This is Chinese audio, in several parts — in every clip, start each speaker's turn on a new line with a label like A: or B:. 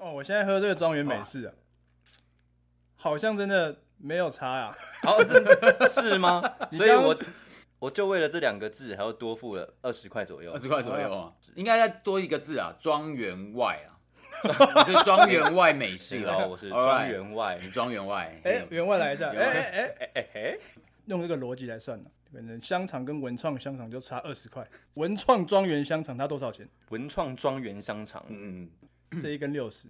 A: 哦，我现在喝这个庄园美式啊，好像真的没有差啊。
B: 好，是是 吗？
A: 你
B: 所以
A: 刚
B: 我我就为了这两个字，还要多付了二十块左右
C: 二。十块左右啊，应该再多一个字啊，庄园外啊， 你是庄园外美式
B: 是
C: 了
B: 哦，我是庄，
C: Alright，
B: 员外。
C: 你庄园外，
A: 哎、 员外来一下，哎
C: 员外
A: 哎哎，
B: 哎哎哎，
A: 用这个逻辑来算呢、可能香肠跟文创香肠就差二十块，文创庄园香肠它多少钱？
B: 文创庄园商场。
C: 嗯，
A: 这一根六十。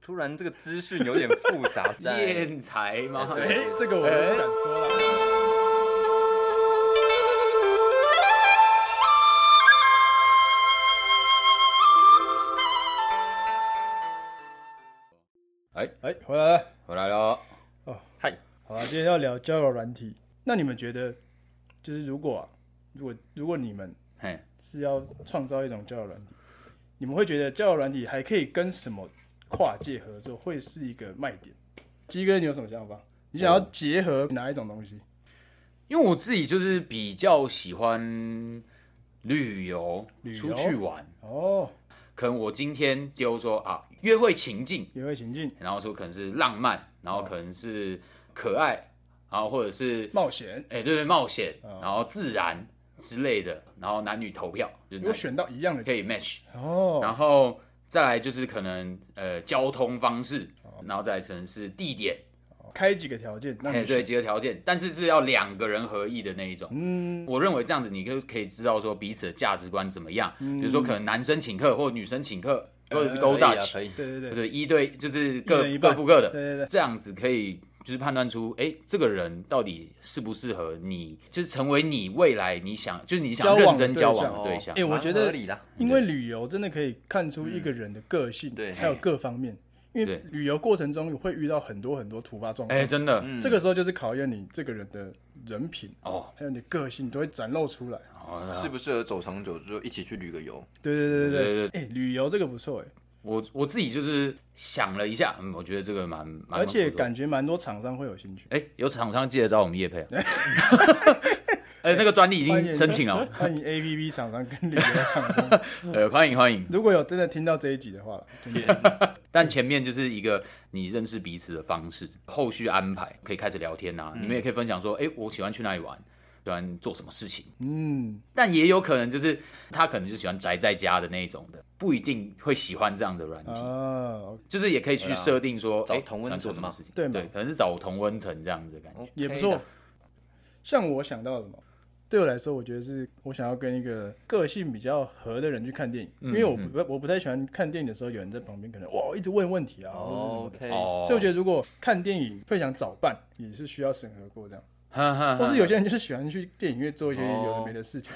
B: 突然这个资讯有点复 杂，在
C: 敛财吗？
A: 哎、这个我就不敢说了。
C: 哎
A: 哎、回来了。
C: 回来喽，
B: 嗨，
A: 好啊，今天要聊交友软体。那你们觉得，就是如果、啊、如果如果你们
C: 嘿，
A: 是要创造一种交友软体，你们会觉得交友软体还可以跟什么跨界合作，会是一个卖点？鸡哥，你有什么想法？你想要结合哪一种东西？
C: 因为我自己就是比较喜欢旅游，
A: 旅游
C: 出去玩，
A: 哦，
C: 可能我今天丢说啊，约会情境，
A: 也会情境、
C: 然后说可能是浪漫，然
A: 哦
C: 后可能是可爱，然后或者是
A: 冒险。
C: 哎、对对，冒险，
A: 嗯
C: 然后自然之类的，然后男女投票，就
A: 如
C: 是
A: 果选到一样的
C: 可以 match，
A: 哦，
C: 然后再来就是可能呃交通方式，然后再来可能是地点，
A: 开几个条哦件，那
C: 哎、
A: 你
C: 对，
A: 选。
C: 几个条件，但是是要两个人合意的那一种。
A: 嗯，
C: 我认为这样子，你就可以知道说彼此的价值观怎么样。
A: 嗯
C: 比如说，可能男生请客或女生请客，
A: 呃
C: 或者是
B: 可
C: go
B: 以
A: 哎
B: 啊，
C: Dutch，、
B: 可以。
A: 对对
C: 就
A: 对，
C: 是一对，就是各
A: 一人一半
C: 各付各的。
A: 对对对，
C: 这样子可以就是判断出，哎、这个人到底适不适合你，就是成为你未来你想，就是你想
A: 交往
C: 认
A: 的
C: 真
A: 对
C: 交
A: 象
C: 往的对象
A: 哎。我
B: 蛮
A: 觉得
B: 合 理啦。
A: 因为旅游真的可以看出一个人的个性，
B: 对
A: 还有各方面。因为
C: 对
A: 旅游过程中会遇到很多很多突发状
C: 哎、
A: 况，
C: 真的、
A: 这个时候就是考验你这个人的人品
C: 哦，
A: 还有你的个性都会展露出来。
C: 哦
D: 适不适合走长久，就一起去旅个游。
A: 对对对对
C: 对对
A: 对，哎，旅游这个不错哎，
C: 我我自己就是想了一下，嗯，我觉得这个蛮蛮，
A: 而且
C: 蛮不错的
A: 感觉蛮多厂商会有兴趣。
C: 哎、有厂商记得找我们 叶配、啊。哎、那个专利已
A: 欢迎
C: 经申请了，
A: 欢迎 A P P 厂商跟旅游厂商，
C: 呃，欢迎欢迎。
A: 如果有真的听到这一集的话，真的
C: 但前面就是一个你认识彼此的方式，后续安排可以开始聊天
A: 嗯
C: 呐、你们也可以分享说，哎、我喜欢去哪里玩，喜欢做什么事情。
A: 嗯，
C: 但也有可能就是他可能就喜欢宅在家的那一种的，不一定会喜欢这样的软体，
A: 啊，
C: 就是也可以去设定说，
B: 对啊
C: 哎、
B: 找同温
C: 想
B: 层
C: 做什么事情，
A: 对嘛
C: 对，可能是找同温层这样子的感觉。
A: 也
B: OK
A: 不
B: 的
A: 错。。像我想到什么，对我来说，我觉得是我想要跟一个个性比较合的人去看电影，
C: 嗯
A: 因为我不我不太喜欢看电影的时候有人在旁边，可能哇一直问问题啊，或者是什么的。
B: OK，
C: 哦
A: 所以我觉得，如果看电影非常早办，也是需要审核过这样。
C: 得
A: 或是有些人就是喜欢去电影院做一些有的没的事情，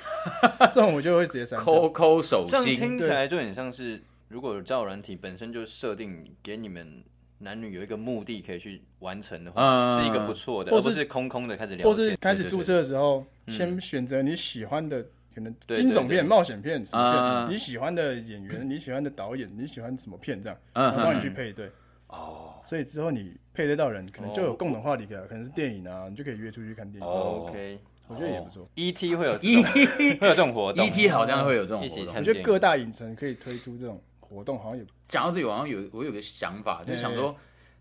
C: 哦
A: 这种我就会直接 删
C: 抠
A: 掉。
C: 抠手
B: 这样
C: 心，
B: 听起来就很像是，如果交友软体本身就设定给你们男女有一个目的可以去完成的话，
C: 嗯
B: 是一个不错的，
A: 或
B: 而
A: 是
B: 不是空空的开始聊天，
A: 或是开始
C: 对对嗯
A: 注册的时候，先选择你喜欢的，可能
B: 对
A: 惊悚
B: 对对
A: 片、冒险片什么
C: 啊
A: 片，你喜欢的演员、你喜欢的导演、你喜欢什么片这样，
C: 嗯
A: 然后帮你
C: 嗯
A: 去配对。哦，所以之后你配对到人，可能就有共同话题了，可能是电影啊，你就可以约出去看电影。
C: 哦
B: OK。
A: 我觉得也不错。
B: ET 会 有这种
C: E
B: 会有这种活动
C: T 好像会有这种
B: 一起
C: 活
B: 看
A: 我
C: 动。
A: 觉得各大影城可以推出这种活动，好像也
C: 讲到这里，我好像有我有个想法，就是想
A: 哎
C: 说，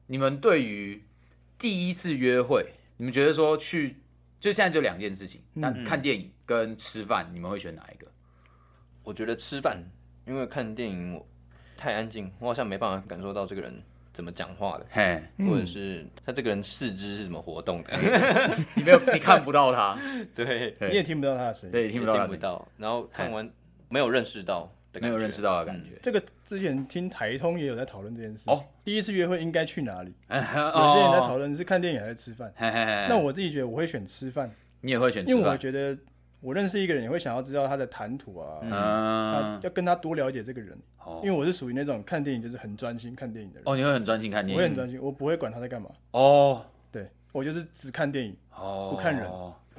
C: 你们对于第一次约会，你们觉得说去，就现在就两件事情，那
A: 嗯
C: 看电影跟吃饭，你们会选哪一个？
B: 我觉得吃饭，因为看电影我太安静，我好像没办法感受到这个人怎么讲话的，
C: 嘿，
B: 或者是他这个人四肢是怎么活动的，
C: 你没有，你看不到 他，
B: 对，
C: 对
A: 你也听不到他的声音。
C: 对，听不到他
B: 不
C: 的声音，
B: 到。然后看完没有认识到的感觉，
C: 没有认识到的感觉。
A: 这个之前听台通也有在讨论这件事。
C: 哦，
A: 第一次约会应该去哪里？嗯 有
C: 有
A: 些人在讨论是看电影还是吃饭。
C: 哦嘿嘿嘿，
A: 那我自己觉得我会选吃饭，
C: 你也会选
A: 因
C: 哎吃
A: 为我
C: 饭？
A: 觉得我认识一个人，也会想要知道他的谈吐啊，他
C: 嗯，
A: 要跟他多了解这个人。
C: 哦
A: 因为我是属于那种看电影就是很专心看电影的人，
C: 哦，你会很专心看电
A: 我会
C: 影，
A: 很专心，我不会管他在干嘛。
C: 哦
A: 对我就是只看电影，
C: 哦，
A: 不看人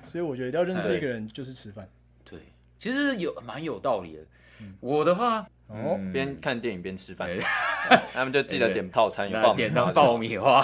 A: 所以我觉得要认识
B: 对
A: 一个人就是吃饭。
C: 对，其实有蛮有道理的。
A: 嗯
C: 我的话，
A: 哦，
C: 嗯
B: 边看电影边吃饭
C: 哎，
B: 他们就记得点套餐有
C: 那
B: 爆米
C: 点到
B: 花
C: 爆米花。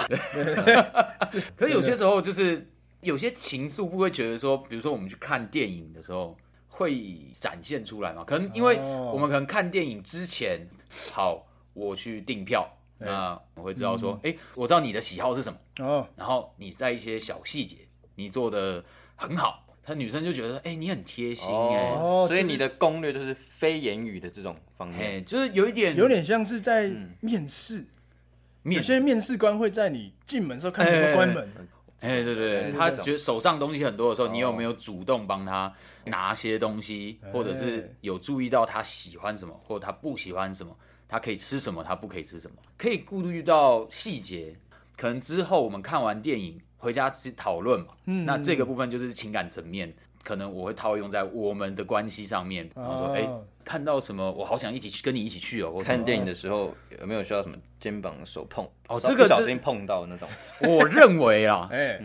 C: 可是有些时候就是有些情愫，不会觉得说，比如说我们去看电影的时候会展现出来嘛？可能因为
A: 哦
C: 我们可能看电影之前，好，我去订票，那我会知道说，
A: 嗯
C: 哎、我知道你的喜好是什么，
A: 哦，
C: 然后你在一些小细节你做的很好，她女生就觉得，哎、你很贴心、哎、
A: 哦
B: 所以
A: 就是
B: 你的攻略就是非言语的这种方
C: 哎、
B: 面，
C: 就是有一点
A: 有点像是在面试，有
C: 嗯面
A: 些面试官会在你进门的时候看你有没有关门，
C: 哎、对对对，
B: 哎
C: 他
B: 这种
C: 觉得手上东西很多的时候，你有没有主动帮他拿些东西，或者是
A: 哎
C: 有注意到他喜欢什么，或他不喜欢什么，他可以吃什么，他不可以吃什么，可以顾虑到细节。可能之后我们看完电影回家去讨论嘛，
A: 嗯
C: 那这个部分就是情感层面，可能我会套用在我们的关系上面，然后说，哎、
A: 哦
C: 看到什么，我好想一起去跟你一起去哦，或什
B: 看
C: 么。
B: 电影的时候有没有需要什么肩膀手碰？
C: 哦
B: 不
C: 这个
B: 小
C: 是
B: 心碰到那种，
C: 我认为啊，
A: 哎，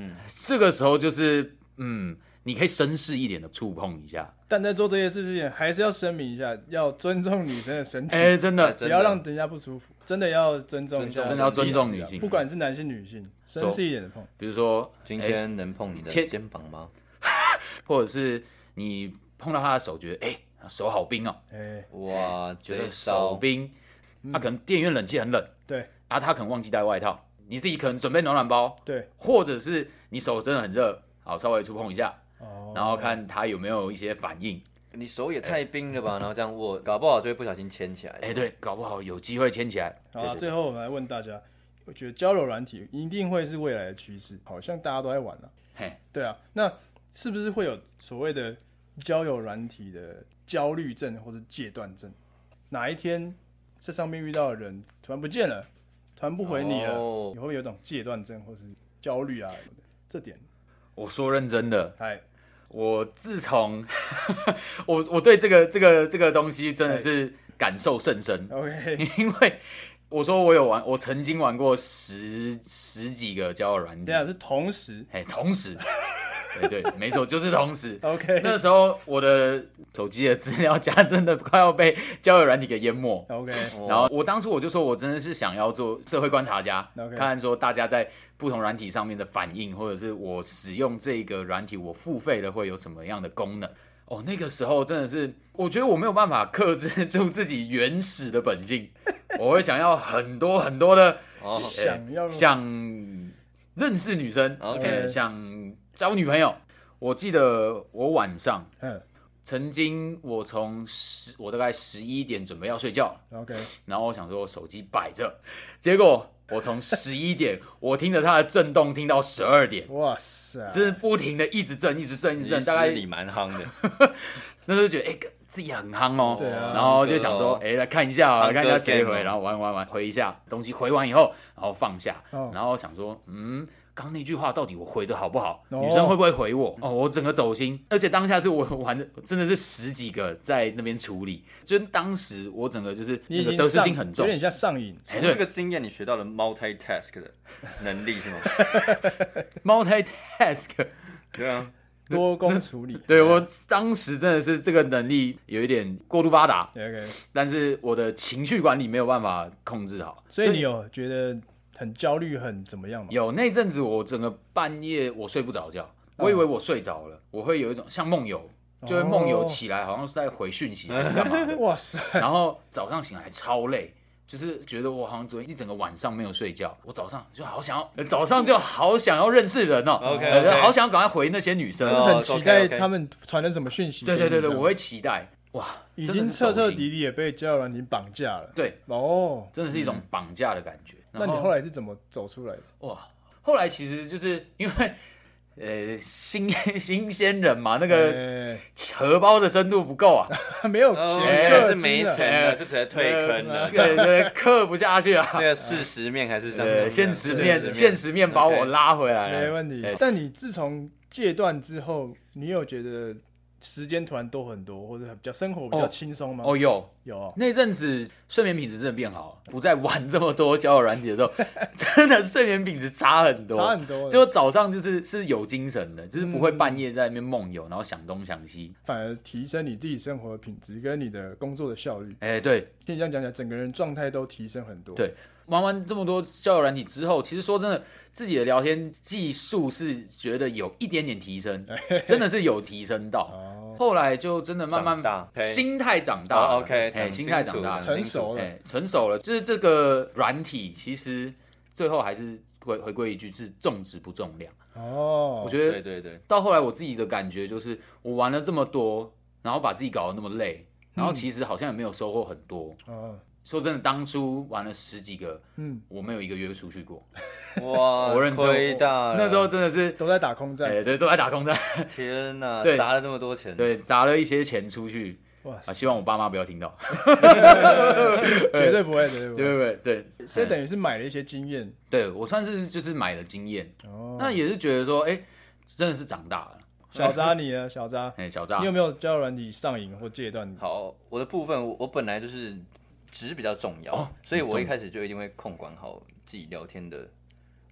C: 这个时候就是，嗯，你可以绅士一点的触碰一下。
A: 但在做这些事之前，还是要声明一下，要尊重女生的身体，
C: 哎、真的，
A: 不要让人家不舒服，真的要尊重一下，
B: 尊重
C: 真的要尊重女性
A: 不管是男性女性，绅士一点的碰，
C: 比如说
B: 今
C: 哎
B: 天能碰你的
C: 天
B: 肩膀吗？
C: 或者是你碰到他的手，觉得哎、手好冰哦，
A: 哎，
B: 哇，
C: 觉
B: 这
C: 得
B: 一
C: 手
B: 招
C: 冰。他、可能电影院冷气很冷
A: 对
C: 啊，他可能忘记带外套，你自己可能准备暖暖包，
A: 对，
C: 或者是你手真的很热，好稍微触碰一下，
A: 哦，
C: 然后看他有没有一些反应。
B: 你手也太冰了吧？然后这样握，搞不好就会不小心牵起来。
C: 哎、对，搞不好有机会牵起来。
A: 好啊，
C: 对对
A: 最后我们来问大家，我觉得交流软体一定会是未来的趋势，好像大家都在玩了、
C: 嘿
A: 对啊，那是不是会有所谓的交友软体的焦虑症或者戒断症？哪一天这上面遇到的人突然不见了，突然不回你了，
B: 哦
A: 你会不会有种戒断症或是焦虑啊什么的？这点，
C: 我说认真的，
A: 哎，
C: 我自从 我我对这个这个这个东西真的是感受甚深，
A: OK，
C: 因为我说我有玩，我曾经玩过十十几个交友软
A: 这
C: 件，
A: 样是同时
C: 哎，同时，对对，没错，就是同时。
A: OK
C: 那时候我的手机的资料夹真的快要被交友软体给淹没。
A: OK，
C: 然后我当初我就说，我真的是想要做社会观察家
A: OK
C: 看看说大家在不同软体上面的反应，或者是我使用这个软体，我付费的会有什么样的功能。哦，那个时候真的是，我觉得我没有办法克制住自己原始的本性，我会想要很多很多的
B: 哦
C: 啊
A: 想要
C: 想认识女生
B: OK
C: 呃想交女朋友。我记得我晚上
A: 嗯
C: 曾经，我从十，我大概十一点准备要睡觉了
A: OK，
C: 然后我想说我手机摆着，结果我从十一点，我听着它的震动听到十二点，
A: 哇塞，
C: 就是不停的一直震，一直震，一直
B: 其
C: 震，
B: 实
C: 大概
B: 你蛮夯的，
C: 那时候觉得哎、自己很夯哦，
A: 对啊
C: 然后就想说
B: 夯
C: 哎、来看一下啊，
B: 夯
C: 看一下谁
B: game
C: 回，
B: 哦
C: 然后玩玩玩回一下东西，回完以后然后放下，
A: 哦
C: 然后想说嗯。刚那句话到底我回的好不好？
A: 哦
C: 女生会不会回我？哦，我整个走心，而且当下是我玩的，真的是十几个在那边处理，就是当时我整个就是
A: 你
C: 那
A: 已
C: 个
A: 经
C: 得失
A: 上
C: 心很重
A: 有，点像上瘾，
C: 哎，
B: 这
C: 对，
B: 个经验你学到了 multitask 的能力是 吗？
C: multitask，
B: 对啊，
A: 多工处理。
C: 对我当时真的是这个能力有一点过度发达，
A: OK，
C: 但是我的情绪管理没有办法控制好，
A: 所以你有觉得很焦虑、很怎么样吗？
C: 有那阵子我整个半夜我睡不着觉，我以为我睡着了，我会有一种像梦游，就会梦游起来，好像是在回讯息还是 干嘛的，
A: 哇塞，
C: 然后早上醒来超累。就是觉得我好像昨天一整个晚上没有睡觉，我早上就好想要，早上就好想要认识人哦
B: OK，OK
C: 呃好想要赶快回那些女生哦
B: 哦
A: 很期待
B: OK，OK
A: 他们传了什么讯息给
C: 对
A: 你。
C: 对对
A: 嗯这
C: 对，
A: 样
C: 我会期待。哇，
A: 已
C: 真的
A: 经
C: 是
A: 彻彻
C: 走心
A: 底底也被交友软件绑架了。
C: 对，
A: 哦，
C: 真的是一种绑架的感觉。
A: 那
C: 然
A: 你
C: 后
A: 后来是怎么走出来的？
C: 哇，后来其实就是因为呃新 新鲜人嘛，那个荷包的深度不够 啊，
A: 哎没有
B: 哦
A: 钱，
B: 这
A: 氪
B: 是
A: 金
B: 没
A: 了
B: 钱的，这才退坑了。
C: 哎对对，刻不 下去啊
B: 这。个事实面还是什么
C: 呃，？现实
B: 对
C: 面，现实面把我。拉回来了，
A: 没问题
C: 哎。
A: 但你自从戒断之后，你有觉得时间突然多很多，或者比较生活比较轻松吗？
C: 哦，有
A: 有哦，
C: 那阵子睡眠品质真的变好了，不再玩这么多交友软体的时候， 真的睡眠品质差很多，
A: 差很多。
C: 就早上就是是有精神的，就是不会半夜在那边梦游，然后想东想西。
A: 反而提升你自己生活的品质跟你的工作的效率。
C: 哎、对，
A: 听你这样讲起来，整个人状态都提升很多。
C: 对玩完这么多交友软体之后，其实说真的，自己的聊天技术是觉得有一点点提升，真的是有提升到。后来就真的慢
B: 长大
C: 慢
B: OK
C: 心态长大
B: 哦
C: 了
B: ，OK，
C: 哎，
B: 长
C: 心
B: 清
C: 态
B: 楚
C: 长大
B: 长
C: 了，
A: 成熟了，
C: 哎，成熟了，就是这个软体，其实最后还是回回归一句是重质不重量。
A: 哦，
C: 我
A: 得
C: 觉得
B: 对对对，
C: 到后来我自己的感觉就是，我玩了这么多，然后把自己搞得那么累，然后其实好像也没有收获很多。
A: 哦，
C: 说真的，当初玩了十几个，
A: 嗯，
C: 我没有一个约出去过。
B: 哇，
C: 我认真，
B: 亏大
C: 我
A: 呃
B: 了
C: 那时候真的是，
A: 都在打空战，
C: 哎，对，都在打工战，
B: 天哪，
C: 对
B: 砸了这么多钱，
C: 对，砸了一些钱出去
A: 哇
C: 啊，
A: 塞，
C: 希望我爸妈不要听到。
A: 绝对不会，绝对不
C: 对
A: 会，
C: 对对对，哎
A: 所以等于是买了一些经验，
C: 对我算是就是买了经验，
A: 哦，
C: 那也是觉得说，哎、真的是长大了。
A: 小扎你 呢？小扎，
C: 哎、小张
A: 你有，没有交友软体上瘾或戒断？
B: 啊好，我的部分我我本来就是值比较重要，
C: 哦
B: 所以我
C: 重
B: 一开始就一定会控管好自己聊天的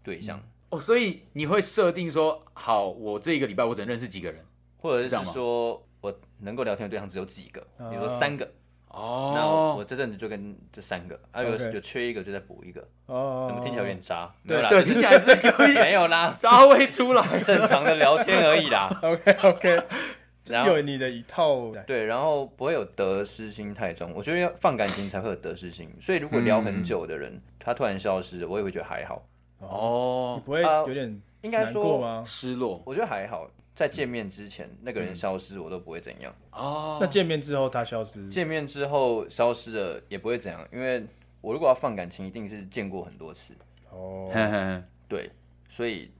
B: 对象，
C: 哦，所以你会设定说，好，我这一个礼拜我只能认识几个人。
B: 或者
C: 是这样
B: 是
C: 吗
B: 说我能够聊天的对象只有几个，比如说
A: 啊
B: 三个，那我
C: 哦
B: 我，这阵子就跟这三个，啊，有
A: OK
B: 有缺一个就再补一个，
A: 哦，
B: 怎么听起来 有点渣？
A: 对
B: 没有啦
C: 对，
B: 就是
C: 听起来是有一点
B: 没有啦，
C: 渣味 出来。
B: 正常的聊天而已 啦。
A: OK OK，
B: 然后哦
A: 有你的一套，
B: 对，然后不会有得失心太重，我觉得要放感情才会有得失心，所以如果聊
C: 嗯
B: 很久的人，他突然消失了，我也会觉得还好，
A: 你
C: 哦，
A: 不会
B: 啊
A: 有点
B: 应该
A: 难过
B: 说
A: 吗？
C: 失落。
B: 我觉得还好，在见面之前
C: 嗯
B: 那个人消失，我都不会怎样；
C: 哦，
A: 那见面之后他消失，
B: 见面之后消失了也不会怎样，因为我如果要放感情，一定是见过很多次。
A: 哦，
C: 嘿嘿嘿
B: 对，所以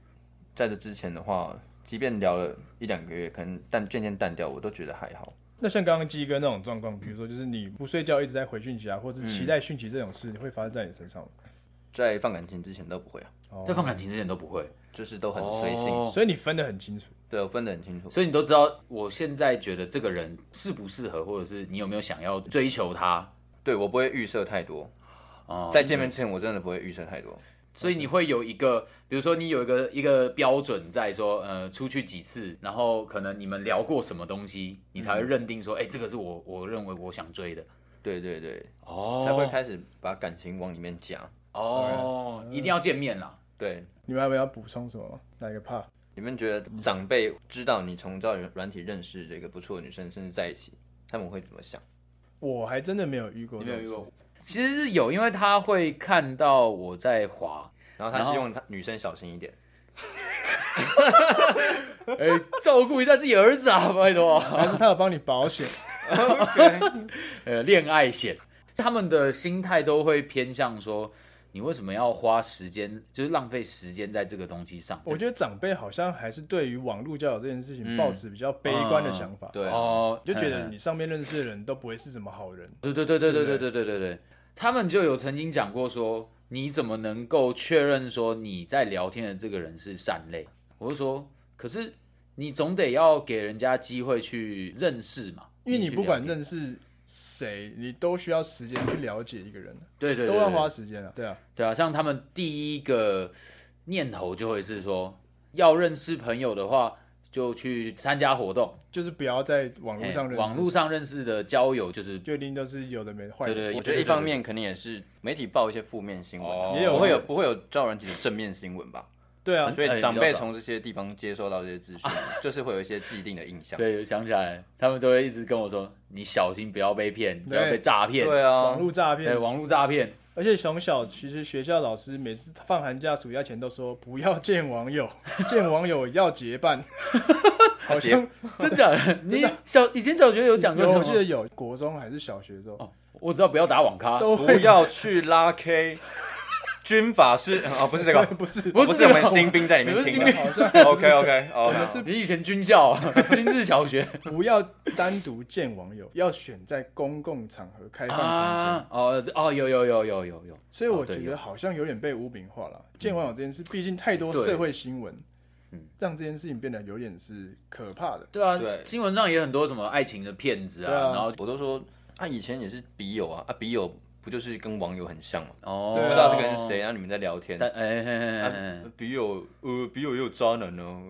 B: 在这之前的话，即便聊了一两个月，可能淡渐渐淡掉，我都觉得还好。
A: 那像刚刚鸡哥那种状况，比如说就是你不睡觉一直在回讯息啊，
B: 嗯
A: 或者期待讯息这种事，会发生在你身上吗？
B: 在放感情之前都不会啊，
A: 哦
C: 在放感情之前都不会，
B: 就是都很随性。
C: 哦
A: 所以你分得很清楚。
B: 对，我分得很清楚。
C: 所以你都知道我现在觉得这个人适不适合，或者是你有没有想要追求他。
B: 对我不会预设太多，
C: 哦，
B: 在见面之前我真的不会预设太多。
C: 所以你会有一个，比如说你有一个一个标准在说，呃，出去几次，然后可能你们聊过什么东西，你才会认定说，哎、这个是我我认为我想追的。
B: 对对对，
C: 哦
B: 才会开始把感情往里面加。
C: 哦，一定要见面啦。
B: 对，
A: 你们还有没有要补充什么吗？哪一个怕？
B: 你们觉得长辈知道你从交友软体认识这个不错的女生，甚至在一起，他们会怎么想？
A: 我还真的没有遇过
B: 嗯
C: 你
A: 这
C: 没有
A: 种事，
C: 遇过？其实是有，因为他会看到我在滑，
B: 然后他
C: 然后
B: 希望他女生小心一点。
C: 哎、照顾一下自己儿子啊，拜托。
A: 还是他有帮你保险？
C: 呃，恋爱险，他们的心态都会偏向说，你为什么要花时间，就是浪费时间在这个东西上？
A: 我觉得长辈好像还是对于网络交友这件事
C: 嗯
A: 情抱持比较悲观的想法，
B: 对啊，
C: 哦，
A: 就觉得
C: 嗯
A: 你上面认识的人都不会是什么好人。
C: 对对对对
A: 对
C: 对对
A: 不
C: 对对对对，他们就有曾经讲过说，你怎么能够确认说你在聊天的这个人是善类？我就说，可是你总得要给人家机会去认识嘛，
A: 因为你
C: 去
A: 不管
C: 了解
A: 认识谁，你都需要时间去了解一个人，
C: 对对对
A: 都要
C: 对
A: 花时间啊。对啊，
C: 对啊，像他们第一个念头就会是说，要认识朋友的话，就去参加活动，
A: 就是不要在网络上认
C: 哎
A: 识，
C: 网络上认识的交友就是。
A: 就一定都是有的没坏的。
C: 对对，对
B: 我觉得
C: 对
B: 一方面肯定也是媒体报一些负面新闻啊、
C: 哦
A: 也有
B: 不会有不会有照人体的正面新闻 吧？
A: 对啊，
B: 所
C: 哎
B: 以长
C: 比
B: 辈
C: 较少
B: 从这些地方接收到这些资 讯，就是会有一些既定的印象。
C: 对，想起来，他们都会一直跟我说：“你小心不要被骗，不要
A: 对
C: 被诈骗。”
B: 对
A: 网
B: 啊，
A: 络诈
C: 对，
A: 骗，
C: 网络诈 骗。
A: 而且从小其实学校老师每次放寒假、暑假前都说不要见网友，见网友要结 伴，好像
C: 真假的？你小以前小学有讲过
A: 有，我
C: 这
A: 记
C: 个
A: 得
C: 吗？
A: 有国中还是小学的时候，
C: 我哦知道不要打网咖，
A: 都
B: 不
A: 会
B: 要去拉 K，军法是啊、 不是这个，
A: 不 是，
C: 不
B: 不
C: 是
B: 是我们
C: 这个
B: 新兵在里面
C: 不是新
B: 听的。
A: 好像
B: OK OK，哦，
A: 们是
C: 你以前军 校、军事小学
A: 不要单独见网友，要选在公共场合开放空间。
C: 啊？哦哦，有有有有有有，
A: 所以我觉
C: 对
A: 得
C: 有
A: 好像有点被污名化了。见网友这件事，毕竟太多
C: 对
A: 社会新闻
C: 嗯，
A: 让这件事情变得有点是可怕的。
C: 对啊，
B: 对
C: 新闻上也很多什么爱情的骗子啊，
A: 对啊
C: 然后
B: 我都说啊，以前也是笔友啊，啊，笔友不就是跟网友很像吗？
C: 哦，
A: 对啊
B: 不知道这个人是谁，，然后你们在聊天。
C: 但哎嘿嘿嘿
B: 啊
C: 嘿，
B: 笔友，呃，笔友也有渣男哦，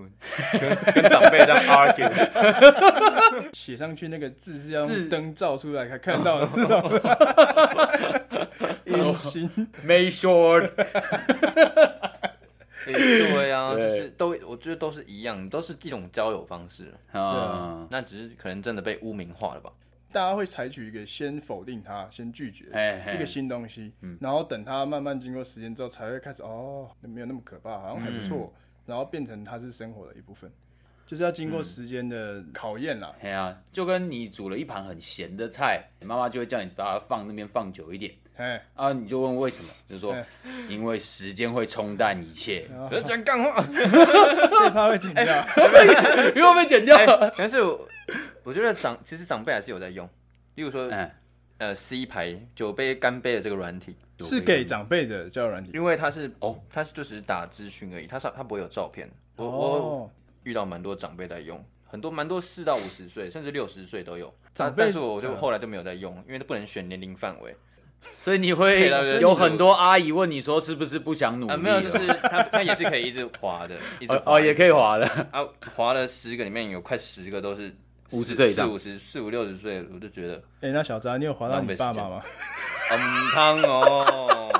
B: 跟跟长辈这样 argue，
A: 写上去那个字是要
C: 字
A: 用灯照出来才看到 的那种，隐形。
C: ，Make sure，
B: 对对啊，
C: 对
B: 就是都，我觉得都是一样，都是一种交友方式，
C: 啊，
B: 那只是可能真的被污名化了吧？
A: 大家会采取一个先否定它，先拒绝
C: 哎嘿
A: 一个新东西，然后等它慢慢经过时间之后，才会开始哦，没有那么可怕，好像还不错，然后变成它是生活的一部分，就是要经过时间的考验啦。
C: 哎呀、就跟你煮了一盘很咸的菜，你妈妈就会叫你把它放那边放久一点
A: 哎，
C: 啊，你就问为什么，就说
A: 哎
C: 因为时间会冲淡一切，
B: 不要讲干话。
A: 这怕会剪掉，哎
C: 因为我被剪掉了。
B: 但哎是我我觉得长其实长辈还是有在用，例如说
C: 嗯，
B: 呃 C 牌酒杯干杯的这个软体，
A: 是给长辈的交友软体。
B: 因为它是
C: 哦
B: 哦，它是就只是打资讯而已，它上它不会有照片。我、我
A: 哦，
B: 遇到蛮多长辈在用，很多蛮多四到五十岁甚至六十岁都有。
A: 长
B: 但
A: 辈
B: 但是我就
A: 嗯
B: 后来就没有在用，因为都不能选年龄范围。
C: 所以你会
B: 对对对
C: 有很多阿姨问你说是不是不想努力
B: 啊，
C: 了？
B: 没 有，就是它它也是可以一直滑的，一直
C: 哦
B: 滑
C: 哦，也可以滑的。
B: 啊，滑了十个里面有快十个都是
C: 50岁以上
B: 四五十四五六十岁，我就觉得
A: 哎，那小张，你有划到你爸妈吗？
B: 嗯汤哦。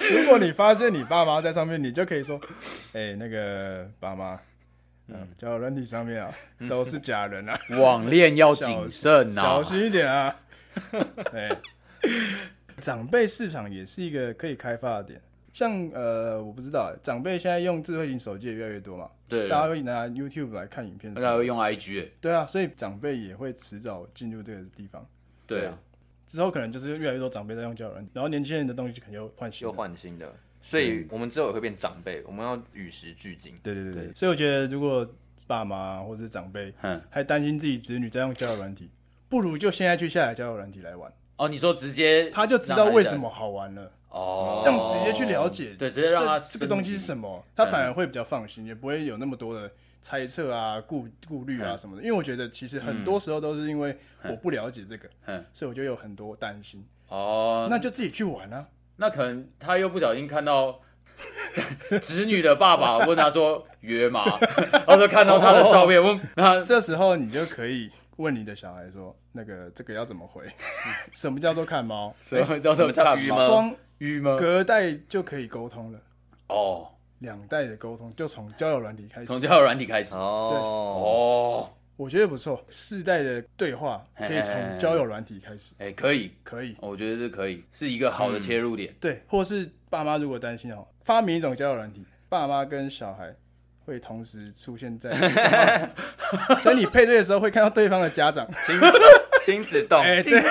A: 如果你发现你爸妈在上面，你就可以说，哎，那个爸妈，嗯，交友软体上面啊，都是假人啊，
C: 网恋要谨慎呐、
A: 小心一点啊。 哎，长辈市场也是一个可以开发的点。像呃，我不知道，长辈现在用智慧型手机也越来越多嘛，
C: 对，
A: 大家
C: 大
A: 会拿 YouTube 来看影片什么的，
C: 家会用 IG，欸
A: 对啊，所以长辈也会迟早进入这个地方。
C: 对
B: 对
C: 啊
B: 啊，
A: 之后可能就是越来越多长辈在用交友软体，然后年轻人的东西可能又换新
B: 又
A: 的。
B: 换新的，所以我们之后也会变长辈，我们要与时俱进。
A: 对对对对，
C: 对
A: 所以我觉得如果爸妈或者是长辈
C: 嗯，
A: 还担心自己子女在用交友软体，不如就现在去下载交友软体来玩，
C: 哦，你说直接
A: 他就知道为什么好玩了。
C: 哦，
A: 这样直接去了解，
C: 对直接让他
A: 这这个东西是什么，他反而会比较放心，也不会有那么多的猜测啊、顾顾虑啊
C: 嗯
A: 什么的。因为我觉得其实很多时候都是因为我不了解这个，
C: 嗯
A: 所以我就有很多担心。
C: 哦，
A: 那就自己去玩啊。
C: 那可能他又不小心看到 侄女的爸爸问他说约吗？ 然后就看到他的照
A: 哦
C: 片问他
A: 这时候你就可以问你的小孩说：“那个这个要怎么 回？什么叫做看猫？
C: 什么叫什么叫
B: 鱼吗
A: 双
C: 约吗？
A: 隔代就可以沟通了，
C: 哦，
A: 两代的沟通就从交友软体开始
C: 从。交友软体开始
B: 哦，
C: 哦，
A: 我觉得不错，世代的对话可以
C: 嘿嘿嘿
A: 从交友软体开始，
C: 哎，可以，
A: 可以
C: 我觉得是可以，是一个好的切入点。
A: 对，或是爸妈如果担心哦，发明一种交友软体，爸妈跟小孩。”会同时出现在，所以你配对的时候会看到对方的家长。
B: 亲亲子动，
A: 哎，对，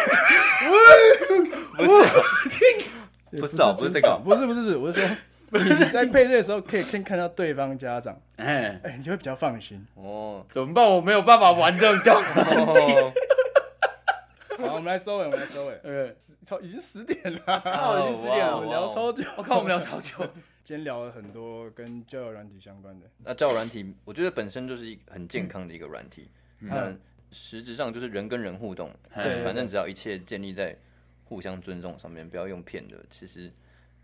B: 不是哦，不是这个哦，
A: 不是不是不是，我是说你在配对的时候可以先看到对方家长，
C: 哎，
A: 哎、你就会比较放心。
B: 哦，
C: 怎么办？我没有办法玩这种交友
B: 哦
A: 好，我们来收尾，我们来收尾。
C: 呃，
A: 超已经十点了，
C: 靠，已经十
A: 我
C: 点了，
B: 哇
A: 们
C: 我
A: 聊超久。
C: 我靠，我们聊超久。
A: 今天聊了很多跟交友软体相关的，
B: 那交友软体，我觉得本身就是一个很健康的一个软体，
A: 嗯
B: 嗯，实质上就是人跟人互动，
C: 对
B: 就是
A: 对
B: 反正
A: 对
B: 只要一切建立在互相尊重上面，不要用骗的，其实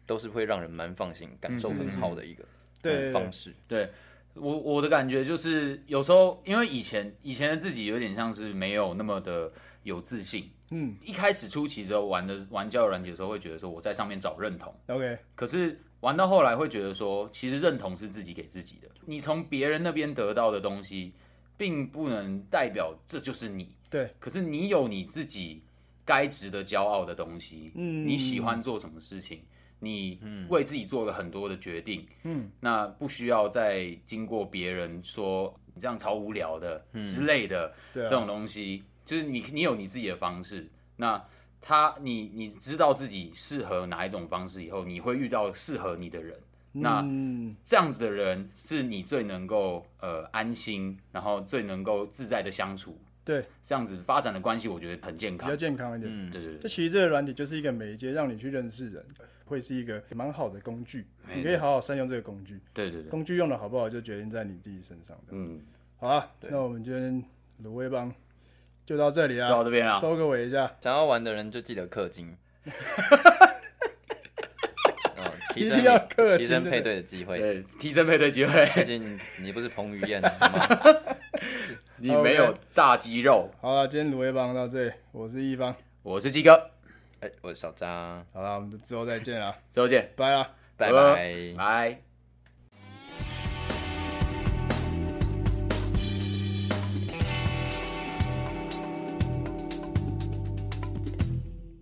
B: 都是会让人蛮放心、感受很好的一个
A: 对对
B: 嗯
A: 对
B: 方式。
C: 对我我的感觉就是，有时候因为以前以前的自己有点像是没有那么的有自信。
A: 嗯
C: 一开始初期的时候玩的玩交友软体的时候，会觉得说我在上面找认同，
A: ，OK，
C: 可是玩到后来会觉得说，其实认同是自己给自己的，你从别人那边得到的东西，并不能代表这就是你。
A: 对，
C: 可是你有你自己该值得骄傲的东西，
A: 嗯
C: 你喜欢做什么事情，你为自己做了很多的决定，嗯，那不需要再经过别人说你这样超无聊的、之类的
A: 对啊
C: 这种东西，就是你你有你自己的方式，那。他，你你知道自己适合哪一种方式以后，你会遇到适合你的人。那
A: 嗯，
C: 这样子的人是你最能够呃安心，然后最能够自在的相处，
A: 对，
C: 这样子发展的关系，我觉得很健
A: 比
C: 康
A: 较。健康一点。
B: 嗯，
C: 对对
A: 这
C: 对，
A: 其实这个软体就是一个媒介，让你去认识人，会是一个蛮好的工具。
C: 没
A: 你可以
C: 错
A: 好好善用这个工具，
C: 对对对，
A: 工具用的好不好就决定在你自己身上的。
C: 嗯，
A: 好啊，
B: 对
A: 那我们今天卤味帮就到这里啊，
C: 就到这边啊
A: 收个尾一下。
B: 想要玩的人就记得 氪金，哦提
A: 一定要
B: 升
A: 氪金
B: 提升配对的机会。
C: 对，提升配对机会，
B: 毕竟你不是彭于 晏好吗？
C: 你没有大肌肉，
A: 好啊了，今天卤味帮到这里，我是一方。
C: 我是鸡哥，
B: 哎，我是小张，
A: 好了，我们之后再见啊，
C: 周姐，
A: 拜了。
B: 拜
C: 呃
B: 拜。
C: 拜。